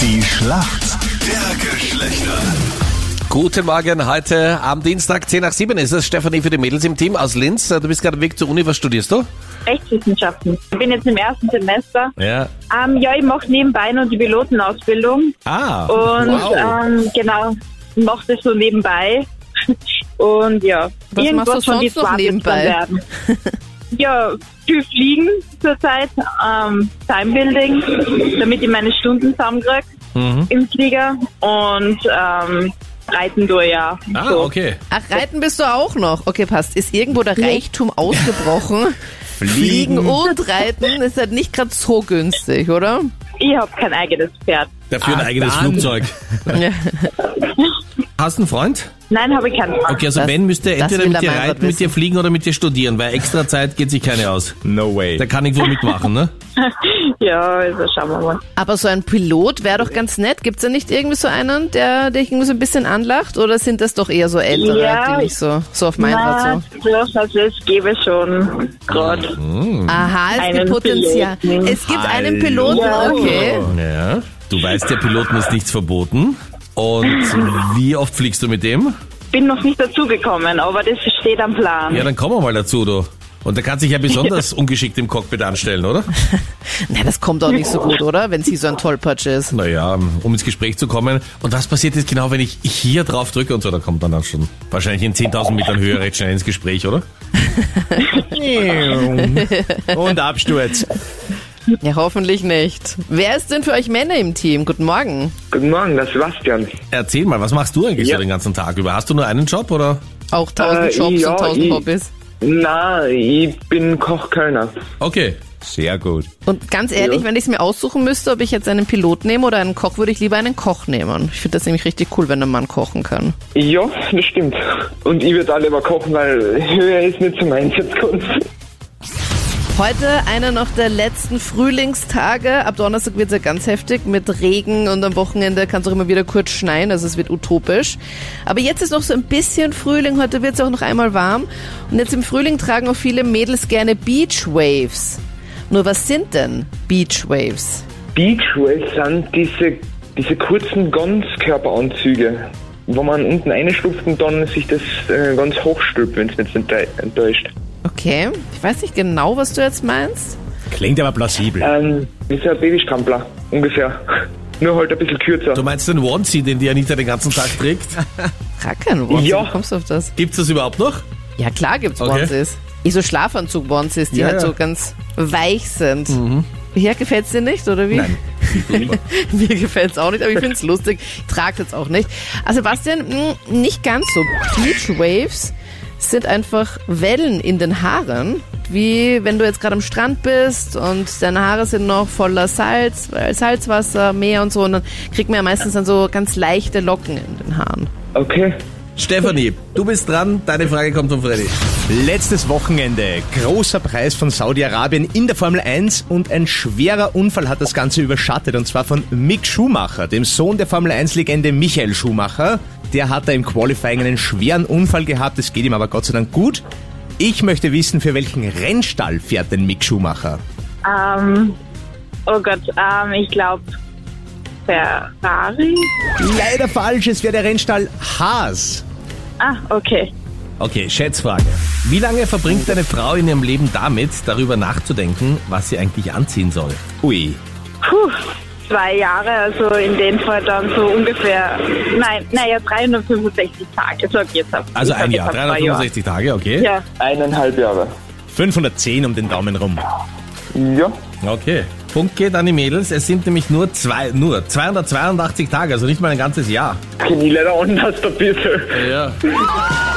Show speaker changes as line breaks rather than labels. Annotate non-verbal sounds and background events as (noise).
Die Schlacht der Geschlechter.
Guten Morgen, heute am Dienstag 10 nach 7 ist es. Stefanie für die Mädels im Team aus Linz. Äh, Du bist gerade weg zur Uni, was studierst du?
Rechtswissenschaften. Ich bin jetzt im ersten Semester.
Ja.
Ähm, ja, ich mache nebenbei noch die Pilotenausbildung
Ah,
und
äh,
wow.
ähm, genau, mache das so nebenbei. (laughs) Und ja,
Was machst du
von
sonst noch
Diplom wird's dann
nebenbei? (laughs)
werden. ja, viel fliegen zurzeit, ähm, Timebuilding, damit ich meine Stunden zusammenkriege
Mhm.
im Flieger und ähm, reiten durch, ja.
Ah,
so.
okay.
Ach, reiten bist du auch noch. Okay, passt. Ist irgendwo der Reichtum
(laughs)
ausgebrochen? Fliegen um- und Reiten ist halt nicht gerade so günstig, oder?
Ich habe kein eigenes Pferd.
Dafür ein
Ah,
eigenes
dann.
(laughs)
Flugzeug.
Ja.
Hast du einen Freund?
Nein, habe ich keinen Pferd.
Okay, also
Das-
wenn, müsste er
das
entweder
will
mit
der
dir
Meinrad
reiten, mit dir fliegen oder mit dir studieren, weil extra Zeit geht sich keine aus.
No way.
Da kann ich wohl mitmachen, ne?
Ja, also schauen wir mal.
Aber so ein Pilot wäre doch ganz nett. Gibt's da nicht irgendwie so einen, der dich irgendwie so ein bisschen anlacht? Oder sind das doch eher so ältere,
Ja.
die nicht so, so auf mein
Na,
Rad
doch, also es gäbe schon gerade.
Mhm.
so? Aha, es
hm. Einen
gibt Potenzial.
Piloten.
Es gibt einen Piloten,
Ja.
okay.
Ja. Du weißt, der Piloten ist nichts verboten. Und wie oft fliegst du mit dem?
Bin noch nicht dazugekommen, aber das steht am Plan.
Ja, dann kommen wir mal dazu, du. Und der kann sich ja besonders ungeschickt im Cockpit anstellen, oder?
Na, das kommt auch nicht so gut, oder? Wenn sie so ein Tollpatsch ist.
Naja, um ins Gespräch zu kommen. Und was passiert jetzt genau, wenn ich hier drauf drücke und so? Da kommt dann, dann schon wahrscheinlich in 10.000 Metern Höhe recht schnell ins Gespräch, (laughs) oder?
Und Absturz.
Ja, hoffentlich nicht. Wer ist denn für euch Männer im Team? Guten Morgen.
Guten Morgen, das ist Sebastian.
Erzähl mal, was machst du eigentlich
Ja.
so den ganzen Tag über? Hast du nur einen Job oder?
Auch tausend
Äh,
Jobs
ja,
und tausend
ich-
Hobbys.
Na, ich bin Koch Kölner.
Okay.
Sehr gut.
Und ganz ehrlich, wenn ich es mir aussuchen müsste, ob ich jetzt einen Pilot nehme oder einen Koch, würde ich lieber einen Koch nehmen. Ich finde das nämlich richtig cool, wenn ein Mann kochen kann.
Ja, das stimmt. Und ich würde alle mal kochen, weil höher ist nicht zum Einsatzkunst.
Heute einer noch der letzten Frühlingstage. Ab Donnerstag wird's ja ganz heftig mit Regen und am Wochenende kann es auch immer wieder kurz schneien. Also es wird utopisch. Aber jetzt ist noch so ein bisschen Frühling. Heute wird's auch noch einmal warm. Und jetzt im Frühling tragen auch viele Mädels gerne Beachwaves. Nur was sind denn Beachwaves?
Beachwaves sind diese, diese kurzen Ganzkörperanzüge, wo man unten reinschlupft und dann sich das äh, ganz hochstülpt, wenn es mich nicht entä- enttäuscht.
Okay, ich weiß nicht genau, was du jetzt meinst.
Klingt aber plausibel.
Äh.
Ähm, wie so ein Babystrampler, ungefähr. (laughs) Nur halt ein bisschen kürzer.
Du meinst den Onesie, den die Anita den ganzen Tag trägt?
Frag keinen Wahnsinn,
Ja.
wie kommst du auf das?
Gibt's das überhaupt noch?
Ja, klar gibt's
Okay.
Bonsis. Ich so Schlafanzug-Bonsis, die
Ja,
halt
ja. Mhm.
so ganz weich sind. Ja, gefällt's dir nicht, oder wie? Nein. (laughs) Mir gefällt's auch nicht, aber
(laughs)
ich find's lustig. Ich trage jetzt auch nicht. Also Sebastian, mh, nicht ganz so. Beachwaves sind einfach Wellen in den Haaren, wie wenn du jetzt gerade am Strand bist und deine Haare sind noch voller Salz, weil Salzwasser, Meer und so. Und dann kriegt man ja meistens dann so ganz leichte Locken in den Haaren.
Okay.
Stefanie, du bist dran. Deine Frage kommt von Freddy.
(laughs) Letztes Wochenende. Großer Preis von Saudi-Arabien in der Formel 1 und ein schwerer Unfall hat das Ganze überschattet. Und zwar von Mick Schumacher, dem Sohn der Formel 1-Legende Michael Schumacher. Der hat da im Qualifying einen schweren Unfall gehabt. Es geht ihm aber Gott sei Dank gut. Ich möchte wissen, für welchen Rennstall fährt denn Mick Schumacher?
Ähm, oh Gott, ähm, ich glaube Ferrari.
Leider falsch, es wäre der Rennstall Haas.
Ah, okay.
Okay, Schätzfrage. Wie lange verbringt eine Frau in ihrem Leben damit, darüber nachzudenken, was sie eigentlich anziehen soll?
Ui,
Puh, zwei Jahre, also in dem Fall dann so ungefähr, nein, naja, 365 Tage, sag ich jetzt ab.
Also
Ich sag
ein
jetzt
Jahr,
ab zwei
365 Tage, okay?
Jahre. Ja,
Eineinhalb Jahre.
510 um den Daumen rum.
Ja.
Okay. Punkt geht an die Mädels. Es sind nämlich nur zwei, nur 282 Tage, also nicht mal ein ganzes Jahr.
Kenne ich leider anders ein bisschen.
Ja.